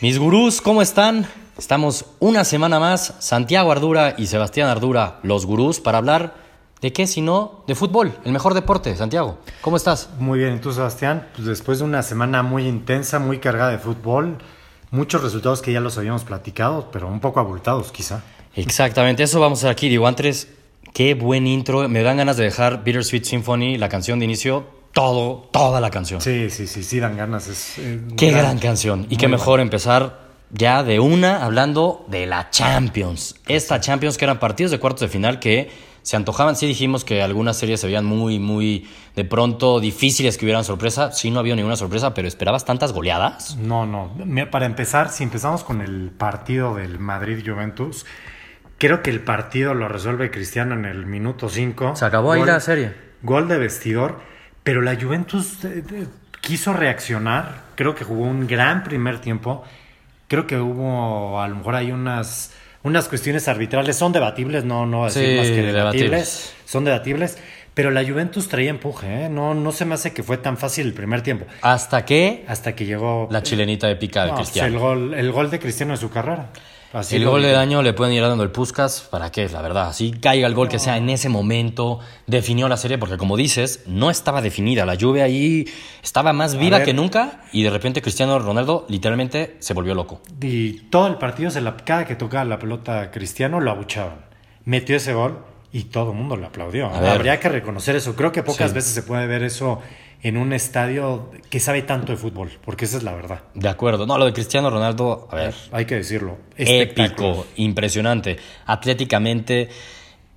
Mis gurús, ¿cómo están? Estamos una semana más, Santiago Ardura y Sebastián Ardura, los gurús, para hablar de qué, si no, de fútbol, el mejor deporte, Santiago. ¿Cómo estás? Muy bien, ¿y tú, Sebastián? Pues después de una semana muy intensa, muy cargada de fútbol, muchos resultados que ya los habíamos platicado, pero un poco abultados quizá. Exactamente, eso vamos a hacer aquí, Digo, antes, qué buen intro. Me dan ganas de dejar Bittersweet Symphony, la canción de inicio, todo, toda la canción. Sí, sí, sí, sí dan ganas. Es, eh, Qué gran canción. Y qué Muy mejor empezar ya de una hablando de la Champions. Esta Champions que eran partidos de cuartos de final que se antojaban. Sí dijimos que algunas series se veían muy, muy de pronto difíciles que hubieran sorpresa. Sí, no había ninguna sorpresa, pero esperabas tantas goleadas. No, no. Mira, para empezar, si empezamos con el partido del Madrid-Juventus, creo que el partido lo resuelve Cristiano en el minuto 5. Gol- serie. Gol de vestidor, pero la Juventus eh, eh, quiso reaccionar. Creo que jugó un gran primer tiempo. Creo que hubo, a lo mejor hay unas, unas cuestiones arbitrales. Son debatibles, no, no voy a decir Sí, más que debatibles. debatibles. Son debatibles, pero la Juventus traía empuje. ¿eh? No, no se me hace que fue tan fácil el primer tiempo. Hasta que Hasta que llegó la chilenita de pica de no, pues, Cristiano. el, gol, el gol de Cristiano de su carrera. Así el lo- gol del año le pueden ir dando el Puskas, ¿para qué? La verdad, así caiga el gol que sea en ese momento, definió la serie, porque como dices, no estaba definida, la lluvia ahí estaba más viva ver. que nunca y de repente Cristiano Ronaldo literalmente se volvió loco. Y todo el partido, se la, cada que tocaba la pelota Cristiano, lo abuchaban. Metió ese gol y todo el mundo lo aplaudió. A ver. Habría que reconocer eso. Creo que pocas Sí. veces se puede ver eso en un estadio que sabe tanto de fútbol, porque esa es la verdad. De acuerdo, no, lo de Cristiano Ronaldo, a ver, Hay que decirlo. Espectáculo. épico, impresionante, atléticamente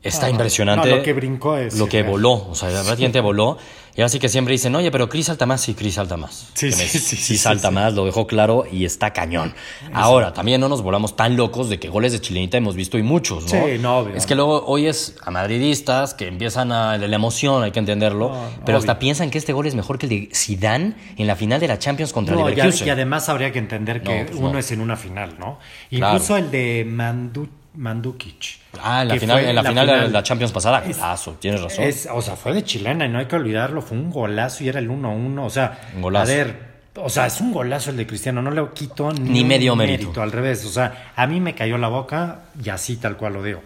está Ah, impresionante. no, lo que brincó es- Lo que voló, o sea, prácticamente voló. Y así que siempre dicen, oye, pero Cris salta más, sí, Cris salta más. Sí, Que sí, me- sí, sí, sí, salta sí. más, lo dejó claro y está cañón. Ahora, también no nos volamos tan locos de que goles de chilenita hemos visto y muchos, ¿no? Sí, no, obvio. Es que luego hoy es a madridistas que empiezan a la emoción, hay que entenderlo, No, pero obvio. hasta piensan que este gol es mejor que el de Zidane en la final de la Champions contra No, y, a- Leverkusen. y además habría que entender que No, pues uno no. es en una final, ¿no? Claro. Incluso el de Mandu- Mandukic. Ah, en la que final, fue en la final de la final. Champions pasada. Golazo, tienes razón. Es, o sea, fue de chilena y no hay que olvidarlo. Fue un golazo y era el 1-1. O sea, Un golazo. a ver, o sea, es un golazo el de Cristiano. No le quito ni, Ni un medio mérito. Al revés, o sea, a mí me cayó la boca y así tal cual lo digo.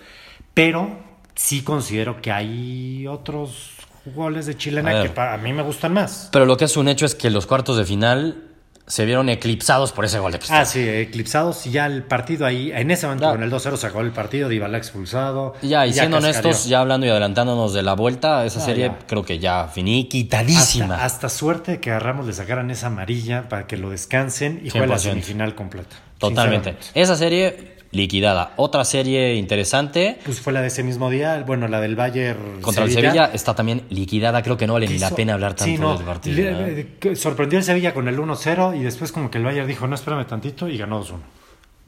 Pero sí considero que hay otros goles de A chilena ver. que para a mí me gustan más. Pero lo que es un hecho es que los cuartos de final se vieron eclipsados por ese gol de Cristiano. Ah, sí, eclipsados y ya el partido ahí, en ese momento Pues Ya. con el 2-0 se acabó el partido, Dybala expulsado. Ya, y siendo cascarió. honestos, ya hablando y adelantándonos de la vuelta, esa Ah, serie ya. creo que ya finiquitadísima. Hasta, hasta suerte que a Ramos le sacaran esa amarilla para que lo descansen y juegue la 100%. semifinal completa. Totalmente. Sinceramente. Esa serie liquidada. Otra serie interesante Pues fue la de ese mismo día, bueno, la del Bayern contra el Sevilla está también liquidada. Creo que no vale ni la Hizo- pena hablar tanto Sí, no, del partido. le- ¿eh? le- que Sorprendió el Sevilla con el 1-0 y después como que el Bayern dijo, no, espérame tantito y ganó 2-1.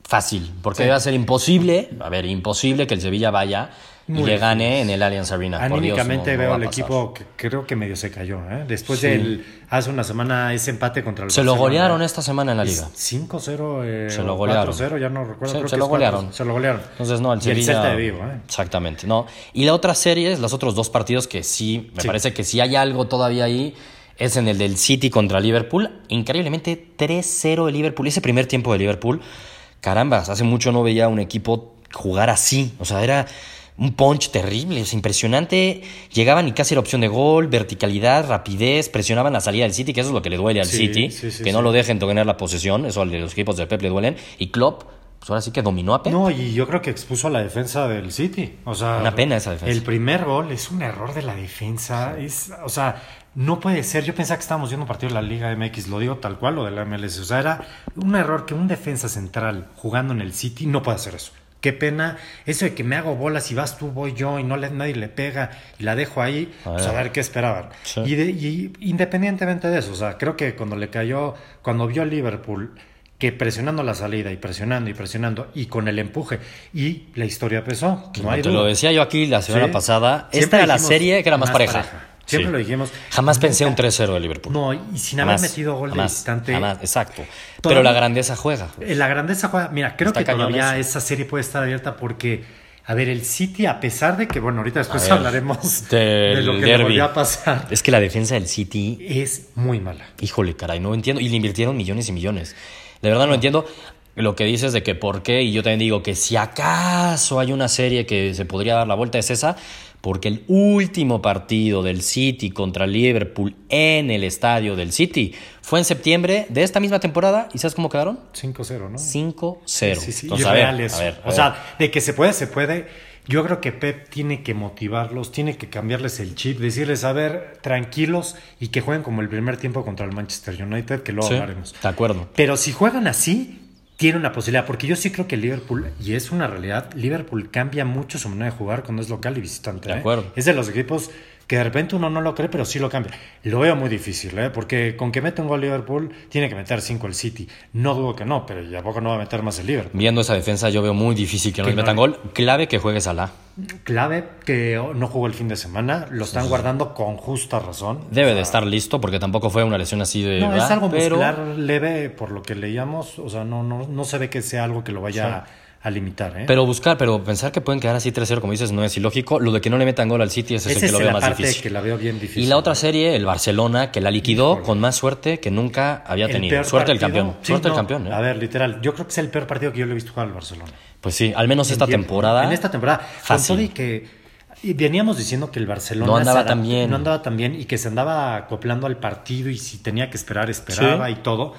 Fácil, porque Sí. va a ser imposible, a ver, imposible que el Sevilla vaya y Muy le gane en el Allianz Arena. Por Dios, Anímicamente no- no veo va a al pasar. equipo que creo que medio se cayó, ¿eh? Después Sí. del, hace una semana ese empate contra el Se lo Barcelona. golearon esta semana en la liga. 5-0 eh, Se lo o golearon. 4-0, ya no recuerdo. Se- creo se que lo es cuatro- golearon. Se lo golearon. Entonces, no, el Y el Sevilla. Celta de Vigo, ¿eh? Exactamente, no. Y la otra serie, las otros dos partidos que sí, me Sí. parece que si hay algo todavía ahí, es en el del City contra Liverpool. Increíblemente 3-0 de Liverpool. Ese primer tiempo de Liverpool, carambas, hace mucho no veía un equipo jugar así. O sea, era un punch terrible, es impresionante. Llegaban y casi era opción de gol, verticalidad, rapidez, presionaban la salida del City, que eso es lo que le duele al Sí, City, sí, sí, que no sí. lo dejen tener la posesión, eso a los equipos de Pep le duelen. Y Klopp, pues ahora sí que dominó a Pep. No, y yo creo que expuso a la defensa del City. O sea, Una pena esa defensa. El primer gol es un error de la defensa. Es, o sea, no puede ser. Yo pensaba que estábamos viendo un partido de la Liga MX, lo digo tal cual, lo de la MLS. O sea, era un error que un defensa central jugando en el City no puede hacer eso. Qué pena. Eso de que me hago bolas y vas tú, voy yo y no le, nadie le pega y la dejo ahí, A pues a ver. ver qué esperaban. Sí. Y, de- y independientemente de eso, o sea, creo que cuando le cayó, cuando vio a Liverpool que presionando la salida y presionando y presionando y con el empuje y la historia pesó, no Como hay te duda. lo decía yo aquí la semana Sí. pasada. esta Siempre era la dijimos, serie que era más, pareja. Siempre Sí. lo dijimos. Jamás pensé un Nunca- 3-0 de Liverpool. No, y sin Jamás, haber metido gol jamás, de distante. jamás, exacto. Toda- Pero la grandeza juega. Eh, La grandeza juega. Mira, creo Está que cañón todavía eso. esa serie puede estar abierta porque, a ver, el City, a pesar de que, bueno, ahorita después ver, hablaremos del de lo que derbi. le volvió a pasar, Es que la defensa del City, es muy mala. híjole, caray, no entiendo. Y le invirtieron millones y millones. De verdad no lo entiendo. lo que dices de que por qué, y yo también digo que si acaso hay una serie que se podría dar la vuelta es esa, porque el último partido del City contra Liverpool en el estadio del City fue en septiembre de esta misma temporada, y ¿sabes cómo quedaron? 5-0, ¿no? 5-0. Sí, sí, Entonces, a ver, irreal eso. a ver, a o ver. sea, de que se puede, se puede. Yo creo que Pep tiene que motivarlos, tiene que cambiarles el chip, decirles, a ver, tranquilos y que jueguen como el primer tiempo contra el Manchester United, que luego Sí, hablaremos. de acuerdo. Pero si juegan así, tiene una posibilidad, porque yo sí creo que Liverpool, y es una realidad, Liverpool cambia mucho su manera de jugar cuando es local y visitante. De ¿eh? acuerdo. Es de los equipos que de repente uno no lo cree, pero sí lo cambia. Lo veo muy difícil, ¿eh? porque con que meta un gol Liverpool, tiene que meter cinco el City. No dudo que no, pero ya poco no va a meter más el Liverpool. Viendo esa defensa, yo veo muy difícil que no Que les no metan le- gol. Clave que juegue Salah. Clave que no jugó el fin de semana, lo están guardando con justa razón. Debe de estar listo porque tampoco fue una lesión así de. No, es ¿verdad? algo Pero- muscular leve, por lo que leíamos, o sea, no, no, no se ve que sea algo que lo vaya a, a limitar. ¿eh? Pero buscar, pero pensar que pueden quedar así 3-0, como dices, no es ilógico. Lo de que no le metan gol al City ese es el Esa que es lo veo la más parte difícil. que la veo bien difícil. Y la otra serie, el Barcelona, que la liquidó con más suerte que nunca había El tenido. peor Suerte del partido- campeón. Sí, suerte del no, campeón, ¿eh? A ver, literal, yo creo que es el peor partido que yo le he visto jugar al Barcelona. Pues sí, al menos esta En tiempo, temporada. En esta temporada. fácil. Con todo y que. Y veníamos diciendo que el Barcelona No andaba se adap- tan bien. no andaba tan bien y que se andaba acoplando al partido y si tenía que esperar, esperaba Sí. y todo.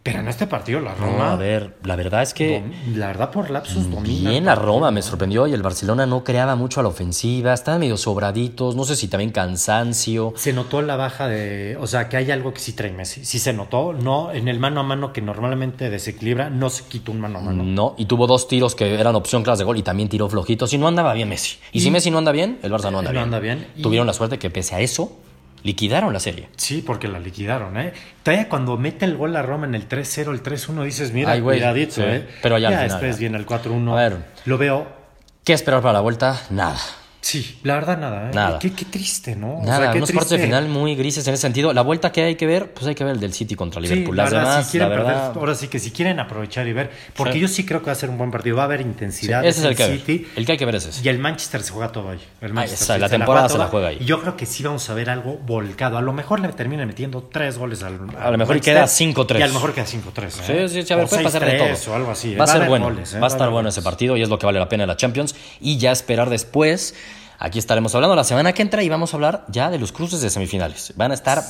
Pero en este partido la No, Roma, a ver, la verdad es que. dom- la verdad por lapsus domina. Bien la Roma, me sorprendió. Y el Barcelona no creaba mucho a la ofensiva. Estaban medio sobraditos. No sé si también cansancio. Se notó la baja de, o sea, que hay algo que sí trae Messi. Sí se notó, no en el mano a mano que normalmente desequilibra, no se quita un mano a mano. No, y tuvo dos tiros que eran opción claras de gol y también tiró flojito. Si no andaba bien Messi. Y, si Messi no anda bien, el Barça no anda Eh, No bien. anda bien, y- Tuvieron la suerte que pese a eso, liquidaron la serie. Sí, porque la liquidaron, ¿eh? Todavía cuando mete el gol la Roma en el 3-0, el 3-1, dices, mira, Ay, güey, cuidadito, sí, ¿eh? pero ya al final, después ya. viene el 4-1. A ver. Lo veo, ¿Qué esperar para la vuelta? Nada. sí, la verdad, nada, ¿eh? Nada. Qué, qué triste, ¿no? O sea, Nada, qué unos cuartos de triste. final muy grises en ese sentido. La vuelta que hay que ver, pues hay que ver el del City contra Sí, Liverpool. la Las verdad, demás, si quieren la verdad, perder, ahora sí que si quieren aprovechar y ver, porque Sí. yo sí creo que va a ser un buen partido, va a haber sí, intensidad. ese es el que hay que City, ver. El que hay que ver es ese. Y el Manchester se juega todo ahí. El Manchester Ah, esa, City la temporada juega se la toda. juega ahí. Y yo creo que sí vamos a ver algo volcado. A lo mejor le termina metiendo tres goles al. A lo mejor y queda 5-3. Y a lo mejor queda 5-3. ¿eh? Sí, sí, sí, a ver, O puede pasar de 6-3 todo. O algo así. ¿eh? Va a ser haber bueno, goles, ¿eh? va a estar haber bueno goles. ese partido y es lo que vale la pena de la Champions. Y ya esperar después. Aquí estaremos hablando la semana que entra y vamos a hablar ya de los cruces de semifinales. Van a estar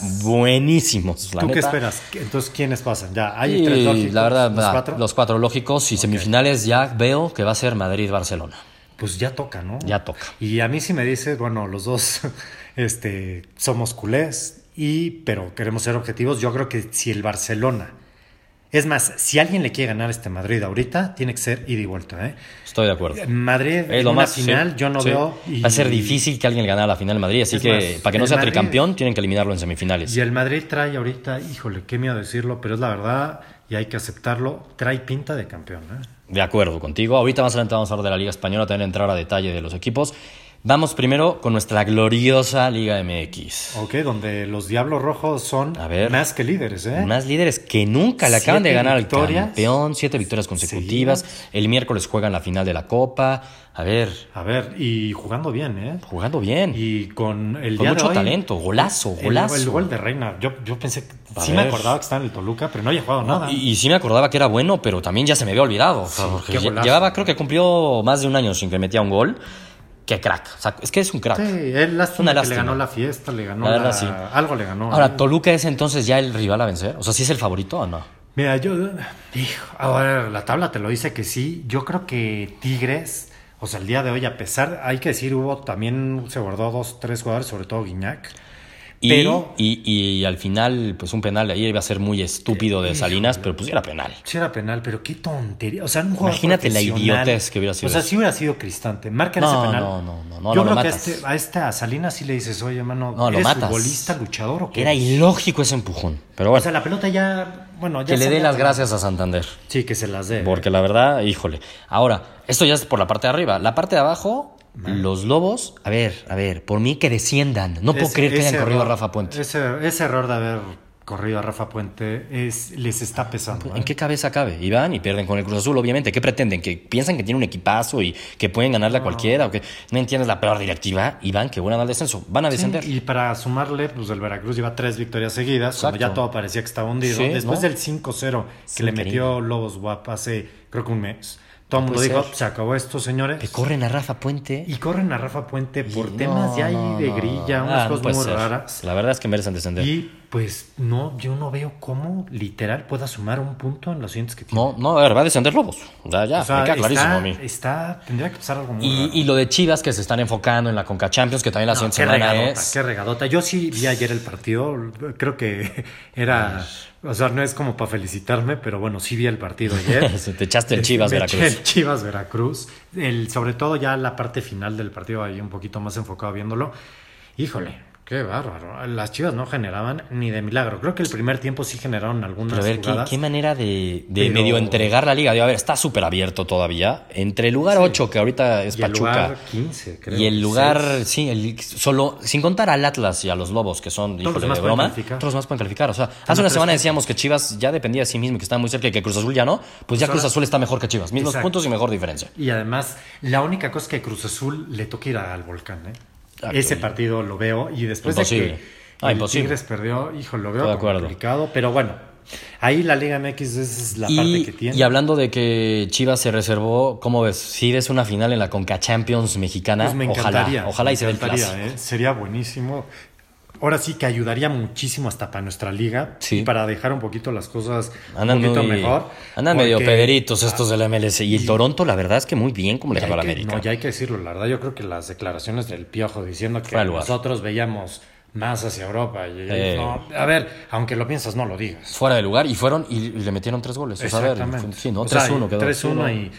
buenísimos. la ¿Tú qué neta. esperas? Entonces, ¿quiénes pasan? Ya, hay Y tres lógicos, la verdad, los va, cuatro. los cuatro lógicos y semifinales ya veo que va a ser Madrid-Barcelona. Pues ya toca, ¿no? Ya toca. Y a mí sí me dice, bueno, los dos este, somos culés, y, pero queremos ser objetivos. Yo creo que si el Barcelona. Es más, si alguien le quiere ganar a este Madrid ahorita, tiene que ser ida y vuelta. ¿eh? Estoy de acuerdo. Madrid Es en lo una más sí, final, yo no sí. veo. y- Va a ser difícil que alguien le ganara la final de Madrid, así Es que más, para que no el sea Madrid- tricampeón tienen que eliminarlo en semifinales. Y el Madrid trae ahorita, híjole, qué miedo decirlo, pero es la verdad y hay que aceptarlo. Trae pinta de campeón. ¿eh? De acuerdo contigo. Ahorita más adelante vamos a hablar de la Liga Española, también entrar a detalle de los equipos. Vamos primero con nuestra gloriosa Liga MX. Ok, donde los Diablos Rojos son A ver. más que líderes, ¿eh? Más líderes que nunca le acaban de Siete ganar al victorias. campeón, siete victorias consecutivas. El miércoles juegan la final de la Copa. A ver, A ver, y jugando bien, ¿eh? jugando bien, Y con el con día mucho de hoy, talento, golazo, el- golazo. El, gol de Reina, yo, yo pensé que A sí me ver. acordaba que estaba en el Toluca, pero no había jugado nada. Y, y sí me acordaba que era bueno, pero también ya se me había olvidado. O sea, Sí, porque qué lle- golazo. llevaba, creo que cumplió más de un año sin que metía un gol. Qué crack. O sea, es que es un crack. Sí, él lástima Una que le lástima. ganó la fiesta, le ganó La verdad, la- sí. algo le ganó. ¿eh? Ahora, ¿Toluca es entonces ya el rival a vencer? O sea, ¿sí es el favorito o no? Mira, yo. Hijo, ahora la tabla te lo dice que sí. Yo creo que Tigres, o sea, el día de hoy, a pesar, hay que decir, hubo también, se guardó dos, tres jugadores, sobre todo Guiñac. Y, Pero- y, y al final, pues un penal ahí iba a ser muy estúpido Eh, de Salinas, pero pues era penal. Sí era penal, pero qué tontería. O sea, un jugador Imagínate la profesional. idiotez que hubiera sido O sea, eso. si hubiera sido Cristante. Marcan No, ese penal. no, no, no, no, lo Yo creo que a, matas. este, a esta Salinas sí le dices, oye, hermano, No, lo ¿eres matas. futbolista, luchador o qué? Era ilógico ese empujón. Pero O bueno, sea, la pelota ya. Bueno, ya que le sabía- dé las gracias a Santander. Sí, que se las dé. Porque la verdad, híjole. Ahora, esto ya es por la parte de arriba. La parte de abajo, los lobos, a ver, a ver, por mí que desciendan. No puedo Ese- creer que ese hayan corrido a error- Rafa Puente. Ese, ese error de haber corrido a Rafa Puente es, les está pesando. ¿En ¿eh? qué cabeza cabe? Y van y pierden con el Cruz Azul, obviamente. ¿Qué pretenden? ¿Que piensan que tienen un equipazo y que pueden ganarla a cualquiera? ¿O que no entiendes la peor directiva? Y van, que van al descenso. Van a Sí, descender. y para sumarle, pues el Veracruz lleva tres victorias seguidas, cuando Exacto. ya todo parecía que estaba hundido. Sí, Después ¿no? del 5-0 que Sí, le increíble. metió Lobos Guap hace creo que un mes, todo el No mundo puede dijo, ser. se acabó esto, señores. Que corren a Rafa Puente. Y corren a Rafa Puente por Y- temas no, ya ahí no, de no, grilla, no. unas Ah, no cosas puede muy ser. raras. La verdad es que merecen descender. Y pues no, yo no veo cómo literal pueda sumar un punto en los siguientes que tiene. No, no, a ver, va a descender Lobos. Ya, ya, O sea, me queda clarísimo está, a mí. está- tendría que pasar algo muy Y, raro. y lo de Chivas que se están enfocando en la Conca Champions, que también la No, siguiente qué semana regadota, es. qué regadota. Yo sí vi ayer el partido, creo que era, o sea, no es como para felicitarme, pero bueno, sí vi el partido ayer. Se te echaste el Chivas, Me Veracruz. eché El Chivas Veracruz, el, sobre todo ya la parte final del partido ahí un poquito más enfocado viéndolo. Híjole, qué bárbaro. Las Chivas no generaban ni de milagro. Creo que el primer tiempo sí generaron algunas Pero a ver, ¿qué, jugadas. qué manera de, de Pero- medio entregar la liga? Digo, a ver, está súper abierto todavía. Entre el lugar 8, que ahorita es y el Pachuca, lugar 15, creo. y el lugar, 16. sí, el, solo, sin contar al Atlas y a los Lobos, que son híjole, los de demás pueden broma, calificar. todos los más pueden calificar. O sea, hace una tres semana puntos. decíamos que Chivas ya dependía de sí mismo y que estaba muy cerca y que Cruz Azul ya no. Pues ya Pues Cruz ahora- Azul está mejor que Chivas. Mismos Exacto. puntos y mejor diferencia. Y además, la única cosa es que Cruz Azul le toca ir al volcán. ¿eh? Ah, Ese que- partido lo veo y después de Imposible. que Ah, el imposible. Tigres perdió, hijo, lo Estoy de veo acuerdo. complicado. Pero bueno, ahí la Liga MX esa es la parte que tiene. y hablando de que Chivas se reservó, ¿cómo ves? Si ves una final en la Conca Champions mexicana, Pues me encantaría. ojalá, ojalá me y se dé el encantaría, clásico. ¿eh? Sería buenísimo. Ahora sí que ayudaría muchísimo hasta para nuestra liga Sí. y para dejar un poquito las cosas Andan, un poquito muy- mejor. andan medio porque- pederitos estos del MLS. Y el Toronto, la verdad es que muy bien como le Ya ganó a la hay que- América. No, ya hay que decirlo, la verdad, yo creo que las declaraciones del Piojo diciendo que Fue al lugar. nosotros veíamos más hacia Europa. y- y- Eh. no, a ver, aunque lo piensas, no lo digas. Fuera de lugar y fueron y, y le metieron tres goles. O sea, Pues, a ver, sí, ¿no? O sea, 3-1 quedó. 3-1 y,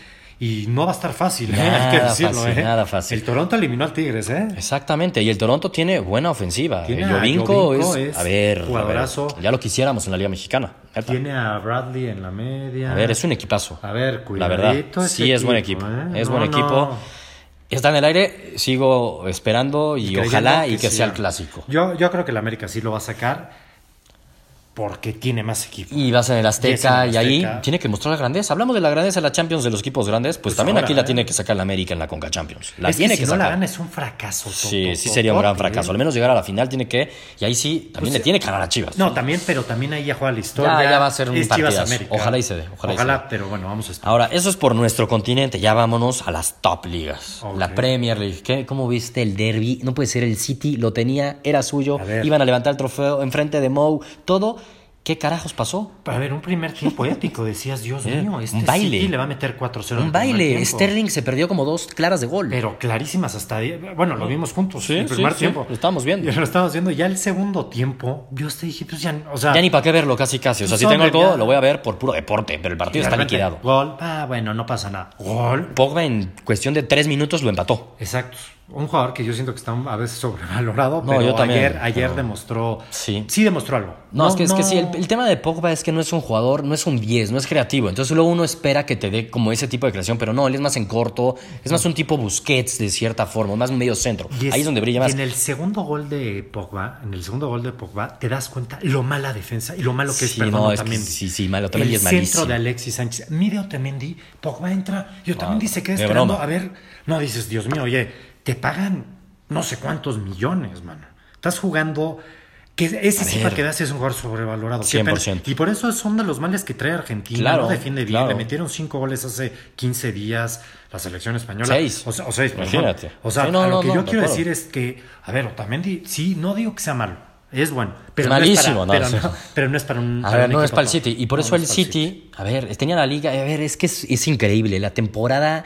y no va a estar fácil, ¿eh? Nada hay que decirlo. fácil, ¿eh? nada fácil. El Toronto eliminó al Tigres, ¿eh? Exactamente, y el Toronto tiene buena ofensiva. Tiene el a Jovinko es, Jovinko, es a ver, a ver, jugadorazo. ya lo quisiéramos en la Liga Mexicana. neta. Tiene a Bradley en la media. A ver, es un equipazo. A ver, La verdad, cuidadito ese sí es buen equipo. equipo, ¿eh? Es No, buen no. equipo. Está en el aire, sigo esperando y creyendo ojalá y que sí. sea el clásico. Yo, yo creo que el América sí lo va a sacar porque tiene más equipo. Y vas en el Azteca Y y, es en el Azteca. ahí tiene que mostrar la grandeza. Hablamos de la grandeza de la Champions de los equipos grandes, pues, también ahora, aquí la ¿eh? tiene que sacar la América en la Conca Champions. La es tiene que que, si no sacar. la gana es un fracaso. sí, toto, sí sería un gran totote. fracaso. Al menos llegar a la final tiene que y ahí sí también le Pues sí. tiene que ganar a Chivas. No, también, pero también ahí ya juega la historia. Ya- ya va a ser un Es Chivas partidazo. América. Ojalá y se dé, ojalá y se pero bueno, vamos a estar. Ahora, eso es por nuestro continente. Ya vámonos a las top ligas. Ok. La Premier League. ¿Qué? ¿Cómo viste el derby? No puede ser, el City lo tenía, era suyo. A ver. Iban a levantar el trofeo enfrente de Mou. Todo. ¿Qué carajos pasó? A ver, un primer tiempo épico, decías, Dios Eh, mío, este un baile. City le va a meter 4-0. al Un primer baile. tiempo. Sterling se perdió como dos claras de gol. Pero clarísimas hasta. die- Bueno, lo vimos juntos. Sí, el sí, primer sí, tiempo. lo estábamos viendo. Lo estábamos viendo. Ya el segundo tiempo, yo te dije, pues ya. O sea, Ya ni para qué verlo casi casi. O sea, Pues si tengo hombre, el gol, ya. lo voy a ver por puro deporte, pero el de partido está repente, liquidado. Gol. Ah, bueno, no pasa nada. Gol. Pogba en cuestión de tres minutos lo empató. Exacto. Un jugador que yo siento que está a veces sobrevalorado, No, pero yo también, ayer, ayer pero- demostró. Sí. demostró algo. No, es que, es que sí, el, el tema de Pogba es que no es un jugador, no es un 10, no es creativo. Entonces luego uno espera que te dé como ese tipo de creación, pero no, él es más en corto, es más un tipo Busquets de cierta forma, más un medio centro. Y Ahí es donde brilla más. Y en el segundo gol de Pogba, en el segundo gol de Pogba, te das cuenta lo mala defensa y lo malo que es Sí, Perdomo no, es que también. sí, sí, malo, Otamendi el es malísimo. centro de Alexis Sánchez. Mide Otamendi, Pogba entra y Otamendi Wow, se queda de esperando. broma. A ver, no dices, Dios mío, oye, te pagan no sé cuántos millones, mano. Estás jugando... Que ese sí ver. para que veas es un jugador sobrevalorado. Qué pena. 100%. Y por eso son de los males que trae Argentina. Claro, no defiende bien. claro. Le metieron cinco goles hace 15 días la selección española. Seis. O, sea, o seis, perdón. Imagínate. O sea, Sí, no, a lo no, que no, yo de quiero acuerdo. decir es que, a ver, Otamendi, sí, no digo que sea malo, es bueno, pero Malísimo, no es para, no, pero, no, sí. pero no es para un A para ver, un no es equipo para el top. City. Y por No, eso no el es para City, a ver, tenía la liga, a ver, es que es, es increíble. La temporada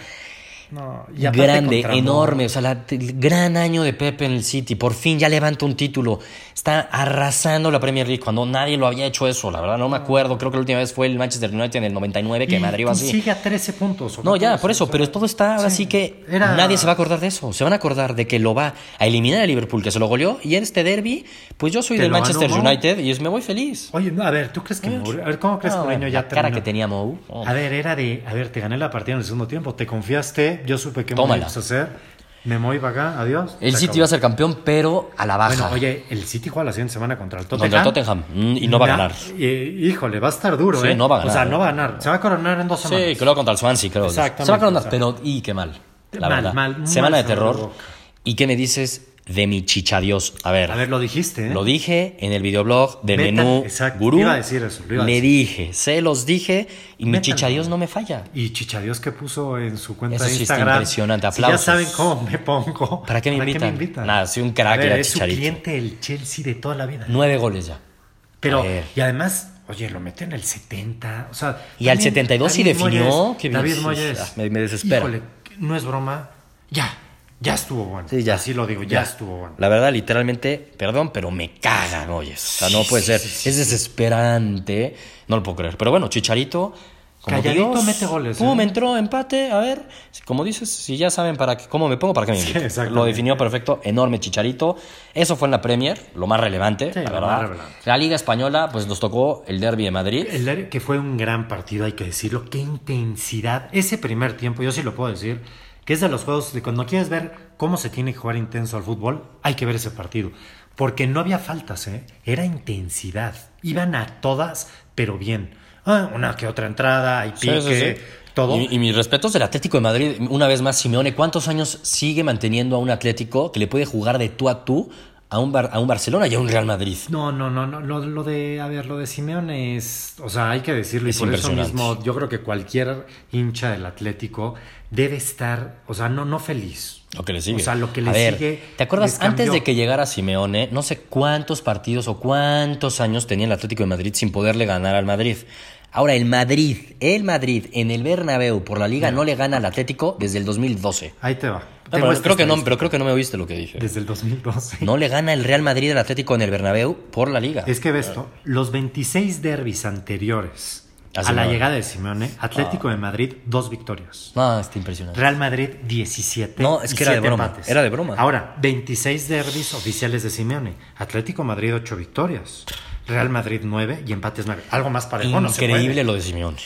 No, y aparte grande, contra enorme, o sea, la- el gran año de Pepe en el City. Por fin ya levanta un título. Está arrasando la Premier League cuando nadie lo había hecho eso. La verdad, no me acuerdo. Creo que la última vez fue el Manchester United en el 99 que Y Madrid va así. Sigue a 13 puntos. o No, ya, 14, por o eso, sea, pero todo está ahora sí, sí que era- nadie se va a acordar de eso. Se van a acordar de que lo va a eliminar el Liverpool, que se lo goleó, y en este derby, pues yo soy Que del lo ganó Manchester Mou. United y es- me voy feliz. Oye, no, a ver, ¿tú crees que Mourinho- A ver, ¿cómo crees Eh, No, que Mourinho bueno, ya la cara terminó? que tenía Mou. oh. A ver, era de, a ver, te gané la partida en el segundo tiempo, te confiaste, yo supe que me Tómala. ibas a hacer. Me voy para acá, adiós. El se City acabó. iba a ser campeón, pero a la baja. Bueno, oye, el City juega la siguiente semana contra el Tottenham. Contra el Tottenham. Mm, y no va a Na- ganar. eh, híjole, va a estar duro, Sí, ¿eh? no va a ganar. O sea, no va a ganar. Se va a coronar en dos semanas. Sí, creo contra el Swansea, creo. Exactamente, Se va a coronar, o sea. pero y qué mal. La Mal, verdad. mal, muy Semana mal de sabor de terror. boca. ¿Y qué me dices de mi chicha Dios? A ver, A ver, lo dijiste, ¿eh? lo dije en el videoblog del Meta- menú exacto, gurú. iba a decir eso, lo iba a le decir. dije, se los dije y mi Métalo. chicha Dios no me falla. Y Chichadios que puso en su cuenta Eso de sí está Instagram. impresionante, Si ya aplausos. saben cómo me pongo. ¿Para qué me invitan? Nada, soy un crack, A ver, era es su Chicharito. cliente el Chelsea de toda la vida. Nueve goles ya. A Pero, ver. y además, oye, lo meten en el 70. O sea, Y al 72 sí David definió, Moyes, qué bien. David Sí, Moyes. ah, me- me desespera. Híjole, no es broma. Ya, ya estuvo bueno. Sí, ya. Así lo digo, ya, estuvo bueno. La verdad, literalmente, perdón, pero me cagan, oye. O sea, no puede ser. Es desesperante. No lo puedo creer. Pero bueno, Chicharito. Como Calladito Dios, mete goles, Pum, ¿eh? entró, empate. A ver, como dices, si ya saben para qué, cómo me pongo, para qué me invitan. exactamente. Lo definió perfecto. Enorme Chicharito. Eso fue en la Premier, lo más relevante, Sí, la lo verdad. más relevante. La Liga Española, pues nos tocó el Derby de Madrid. El área- que fue un gran partido, hay que decirlo. Qué intensidad. Ese primer tiempo, yo sí lo puedo decir, que es de los juegos de cuando quieres ver cómo se tiene que jugar intenso al fútbol, hay que ver ese partido. Porque no había faltas, ¿eh? Era intensidad. Iban a todas, pero bien. Ah, una que otra entrada, hay Sí, pique, sí, sí. todo. Y, y mis respetos del Atlético de Madrid, una vez más, Simeone, ¿cuántos años sigue manteniendo a un Atlético que le puede jugar de tú a tú a un, Bar- a un Barcelona y a un Real Madrid? No, no, no, no. Lo, lo de, a ver, lo de Simeone es, o sea, hay que decirlo Es y por eso impresionante. mismo yo creo que cualquier hincha del Atlético debe estar, o sea, no, no feliz. Lo que le sigue. O sea, lo que le A ver, sigue ¿Te acuerdas? les Antes de cambió. que llegara Simeone, no sé cuántos partidos o cuántos años tenía el Atlético de Madrid sin poderle ganar al Madrid. Ahora, el Madrid, el Madrid en el Bernabéu por la Liga no le gana al Atlético desde el 2012. Ahí te va. No, Tengo Ah, pero, esta creo que no, estadística. pero creo que no me oíste lo que dije. Desde el 2012. No le gana el Real Madrid al Atlético en el Bernabéu por la Liga. Es que ves esto, los 26 derbis anteriores A a, la Simeone. llegada de Simeone, Ah. Atlético de Madrid, dos victorias. No, está impresionante. Real Madrid, 17. No, es y que era de siete broma, empates. era de broma. Ahora, 26 derbis oficiales de Simeone. Atlético de Madrid, 8 victorias. Real Madrid, 9 y empates 9. Algo más parejo. no se Increíble puede. lo de Simeone.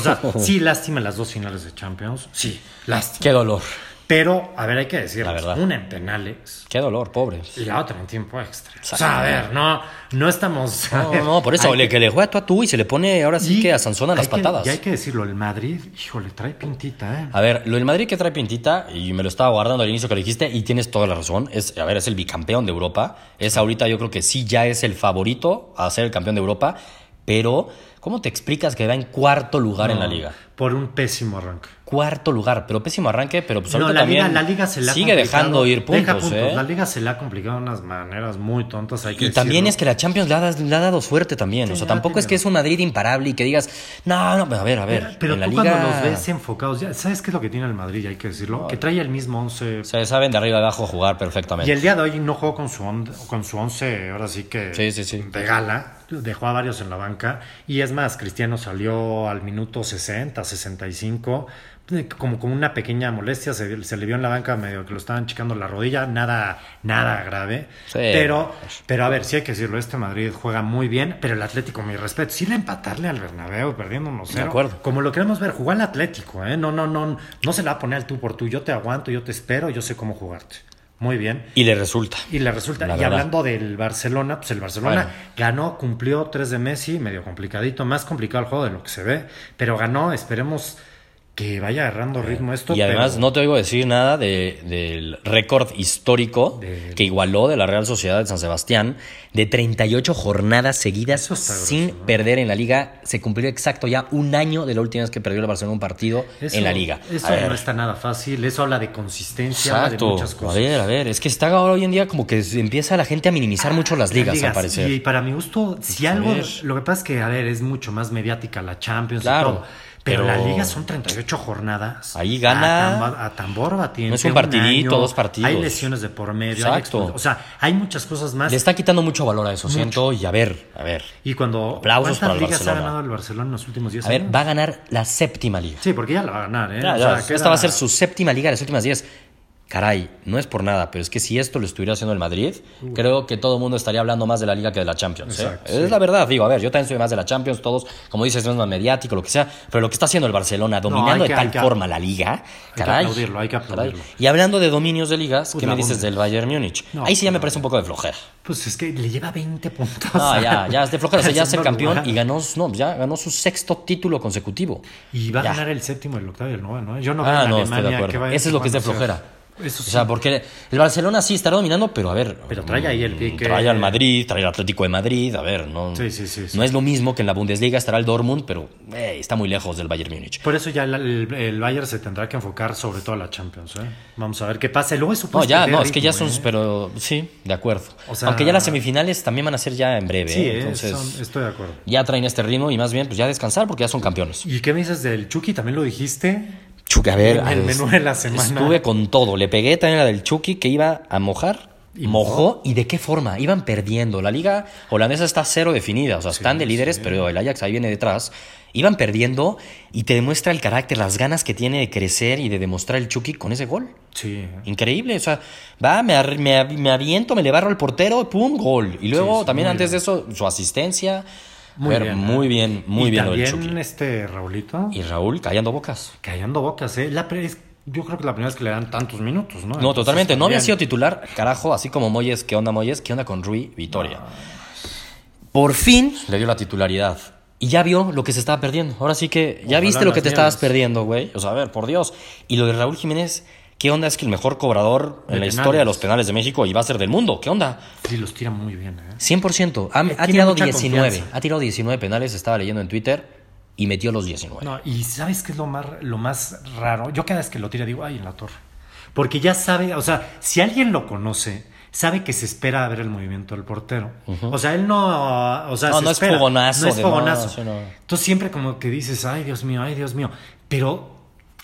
sea, sí, lástima las dos finales de Champions. Sí, lástima. Qué dolor. Pero, a ver, hay que decir, La verdad. una en penales. Qué dolor, pobre. Y la otra en tiempo extra. O sea, a ver, no, no estamos. a No, ver, no, por eso, hay le, que le juega tú a tú y se le pone ahora sí y que a Sansón a las hay que- patadas. Ah, Y hay que decirlo, el Madrid, híjole, trae pintita, ¿eh? A ver, lo del Madrid que trae pintita, y me lo estaba guardando al inicio que lo dijiste, y tienes toda la razón. Es, a ver, es el bicampeón de Europa. Es ahorita, yo creo que sí ya es el favorito a ser el campeón de Europa. Pero, ¿cómo te explicas que va en cuarto lugar en la liga? Por un pésimo arranque. Cuarto lugar, pero pésimo arranque, pero pues No, ahorita la liga, también la liga se la ha sigue complicado. dejando ir puntos, Deja ¿eh? La liga se la ha complicado de unas maneras muy tontas. Hay que Y también decirlo. es que la Champions le ha, dado- le ha dado suerte también. o sea, ha tampoco es que tenido. es un Madrid imparable y que digas, no, no, a ver, a ver. Pero, pero en la tú liga, cuando los ves eh, enfocados, ya, ¿sabes qué es lo que tiene el Madrid? Y hay que decirlo. Que trae el mismo 11. Se saben de arriba abajo jugar Y perfectamente. el día de hoy no jugó con su, on- con su once, ahora sí que Sí, sí, sí. de gala. Dejó a varios en la banca. Y es más, Cristiano salió al minuto 60, 65. eh, Como con una pequeña molestia, se, se le vio en la banca medio que lo estaban chicando la rodilla, nada, nada grave. Sí. Pero, pero a ver, sí hay que decirlo, este Madrid juega muy bien, pero el Atlético, mi respeto, sí le empatarle al Bernabéu perdiendo 1-0. De acuerdo. Como lo queremos ver, jugar al Atlético, ¿eh? No, no, no, no se la va a poner al tú por tú, yo te aguanto, yo te espero, yo sé cómo jugarte. Muy bien. Y le resulta. Y le resulta, La y verdad. hablando del Barcelona, pues el Barcelona Bueno. ganó, cumplió tres de Messi, medio complicadito, más complicado el juego de lo que se ve, pero ganó, esperemos que vaya agarrando ritmo esto. Eh, Y además pero- no te oigo decir nada de- del récord histórico De- que igualó de la Real Sociedad de San Sebastián de 38 jornadas seguidas Eso está sin grueso, ¿no? perder en la liga. Se cumplió exacto ya un año de la última vez que perdió el Barcelona un partido eso- en la liga. Eso A ver, no está nada fácil, eso habla de consistencia, habla de Exacto. muchas A cosas. ver, a ver, es que está ahora hoy en día como que se empieza la gente a minimizar mucho las ligas, al parecer. Ah, Pues, Y para mi gusto, si A algo, ver. lo que pasa es que, a ver, es mucho más mediática la Champions Claro, y todo. Pero, pero- la liga son 38 jornadas. Ahí gana- A, tamba- a tambor batiente. No es un un partidito, año, dos partidos. Hay lesiones de por medio. hay Exacto. expul- o sea, hay muchas cosas más. Le está quitando mucho valor a eso, siento. Y a ver, a ver. Y cuando. Aplausos para ¿Cuántas el ligas Barcelona. ha ganado el Barcelona en los últimos 10 A ver, años? va a ganar la séptima liga. Sí, porque ya la va a ganar, ¿eh? Ya, O ya, sea, esta queda- va a ser su séptima liga de las últimas 10. caray, no es por nada, pero es que si esto lo estuviera haciendo el Madrid, uh. creo que todo el mundo estaría hablando más de la Liga que de la Champions. ¿eh? Exacto, es sí. la verdad, digo, a ver, yo también soy más de la Champions, todos, como dices, no es más mediático, lo que sea, pero lo que está haciendo el Barcelona, dominando no, que, de tal que, forma la Liga, caray. Hay que aplaudirlo, hay que aplaudirlo. Caray. Y hablando de dominios de ligas, Uy, ¿qué me dices del Bayern Múnich? No, Ahí sí ya me parece un poco de flojera. Pues es que le lleva 20 puntos. No, ya, ya es de flojera, o sea, ya es el campeón y ganó, no, ya ganó su sexto título consecutivo. Y va a ya. ganar el séptimo, el octavo y el noveno. Yo no ah, no, Alemania, estoy de acuerdo. Vaya, Eso es lo que es de flojera. Eso sí. O sea, porque el Barcelona sí estará dominando, pero a ver. Pero trae ahí el pique. Trae al Madrid, trae al Atlético de Madrid, a ver, no. Sí, sí, sí, no es lo mismo que en la Bundesliga estará el Dortmund, pero eh, está muy lejos del Bayern Múnich. Por eso ya el, el, el, Bayern se tendrá que enfocar sobre todo a la Champions, ¿eh? Vamos a ver Pues qué pasa. Luego es No, ya, no, ritmo, es que ya son. Eh. Pero sí, de acuerdo. O sea, Aunque ya las semifinales también van a ser ya en breve. ¿eh? Sí, eh, entonces. Son, estoy de acuerdo. Ya traen este ritmo y más bien, pues ya descansar porque ya son campeones. ¿Y qué me dices del Chucky? ¿También lo dijiste? Chucky, a ver, el menú de la semana. Estuve con todo. Le pegué también a del Chucky que iba a mojar. Y mojó. ¿Y de qué forma? Iban perdiendo. La liga holandesa está cero definida. O sea, sí, están de líderes, sí. pero el Ajax ahí viene detrás. Iban perdiendo y te demuestra el carácter, las ganas que tiene de crecer y de demostrar el Chucky con ese gol. Sí. ¿eh? Increíble. O sea, va, me, me, me aviento, me le barro al portero, pum, gol. Y luego sí, también antes bien. de eso, su asistencia. Muy, ver, bien, ¿eh? muy, bien, muy ¿eh? y bien, muy bien. También este Raulito. Y Raúl callando bocas. Callando bocas, ¿eh? La pre yo creo que la primera vez que le dan tantos minutos, ¿no? No, Ah, Entonces, totalmente. No había sido titular, carajo, así como Moyes, ¿qué onda Moyes? ¿Qué onda con Rui Vitoria? No. Por fin le dio la titularidad. Y ya vio lo que se estaba perdiendo. Ahora sí que ya Ojalá viste lo que te mieres. estabas perdiendo, güey. O sea, a ver, por Dios. Y lo de Raúl Jiménez, ¿Qué onda? Es que el mejor cobrador de en la penales. historia de los penales de México y va a ser del mundo. ¿Qué onda? Sí, los tira muy bien. ¿eh? 100%. Ha, ha tirado 19. Confianza. Ha tirado 19 penales, estaba leyendo en Twitter. Y metió los 19. No, y ¿sabes qué es lo más, lo más raro? Yo cada vez que lo tira digo, ay, en la torre. Porque ya sabe, o sea, si alguien lo conoce, sabe que se espera a ver el movimiento del portero. Uh -huh. O sea, él no. O sea, no, se no es espera. fogonazo. No es fogonazo. No, sí, no. Entonces siempre como que dices, ay, Dios mío, ay, Dios mío. Pero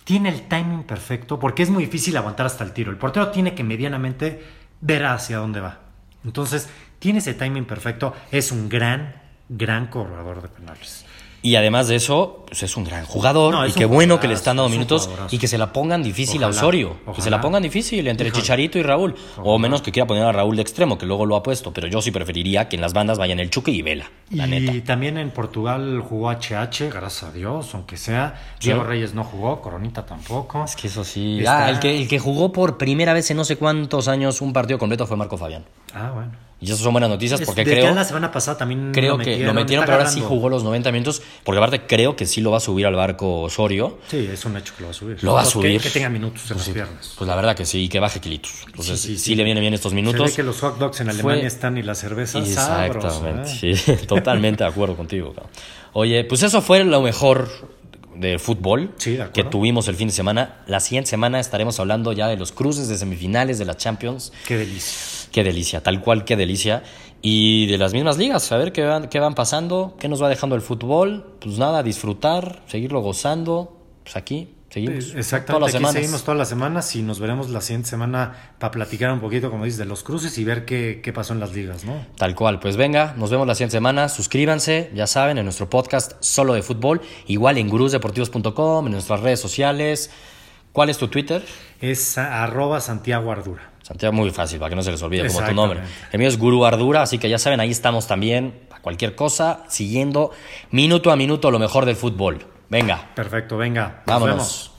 tiene el timing perfecto porque es muy difícil aguantar hasta el tiro. El portero tiene que medianamente ver hacia dónde va. Entonces, tiene ese timing perfecto. Es un gran, gran cobrador de penales. Y además de eso, pues es un gran jugador. No, y qué bueno jugadorazo, que le están dando es minutos y que se la pongan difícil ojalá, a Osorio. Ojalá. Que se la pongan difícil entre Híjole. Chicharito y Raúl. Ojalá. O menos que quiera poner a Raúl de extremo, que luego lo ha puesto. Pero yo sí preferiría que en las bandas vayan el Chuque y Vela. La y neta. también en Portugal jugó HH, gracias a Dios, aunque sea. Diego sí. Reyes no jugó, Coronita tampoco. Es que eso sí. Está... Ah, el que, el que jugó por primera vez en no sé cuántos años un partido completo fue Marco Fabián. Ah, bueno. Y eso son buenas noticias porque de creo. la semana pasada también. Creo lo metieron, que lo metieron, pero ahora sí jugó los 90 minutos. Porque aparte creo que sí lo va a subir al barco Osorio. Sí, es un hecho que lo va a subir. Lo va a subir. Que, que tenga minutos en pues las sí, piernas. Pues la verdad que sí, que baje kilitos. Entonces sí, sí, sí, le viene bien estos minutos. Se ve que los hot dogs en Alemania Fue... están y la cerveza Exactamente, sabroso, ¿eh? sí. Totalmente de acuerdo contigo. Cabrón. Oye, pues eso fue lo mejor de fútbol sí, de que tuvimos el fin de semana. La siguiente semana estaremos hablando ya de los cruces de semifinales de la Champions. Qué delicia. Qué delicia, tal cual, qué delicia. Y de las mismas ligas, a ver qué van, qué van pasando, qué nos va dejando el fútbol. Pues nada, disfrutar, seguirlo gozando. Pues aquí, Seguimos. Exactamente, todas las semanas. seguimos todas las semanas y nos veremos la siguiente semana para platicar un poquito, como dices, de los cruces y ver qué, qué, pasó en las ligas, ¿no? Tal cual, pues venga, nos vemos la siguiente semana, suscríbanse, ya saben, en nuestro podcast solo de fútbol, igual en gurusdeportivos.com, en nuestras redes sociales. ¿Cuál es tu Twitter? Es arroba Santiago Ardura. Santiago, muy fácil, para que no se les olvide como tu nombre. El mío es Guru Ardura, así que ya saben, ahí estamos también, a cualquier cosa, siguiendo minuto a minuto lo mejor del fútbol. Venga. Perfecto, venga. Vámonos. Vemos.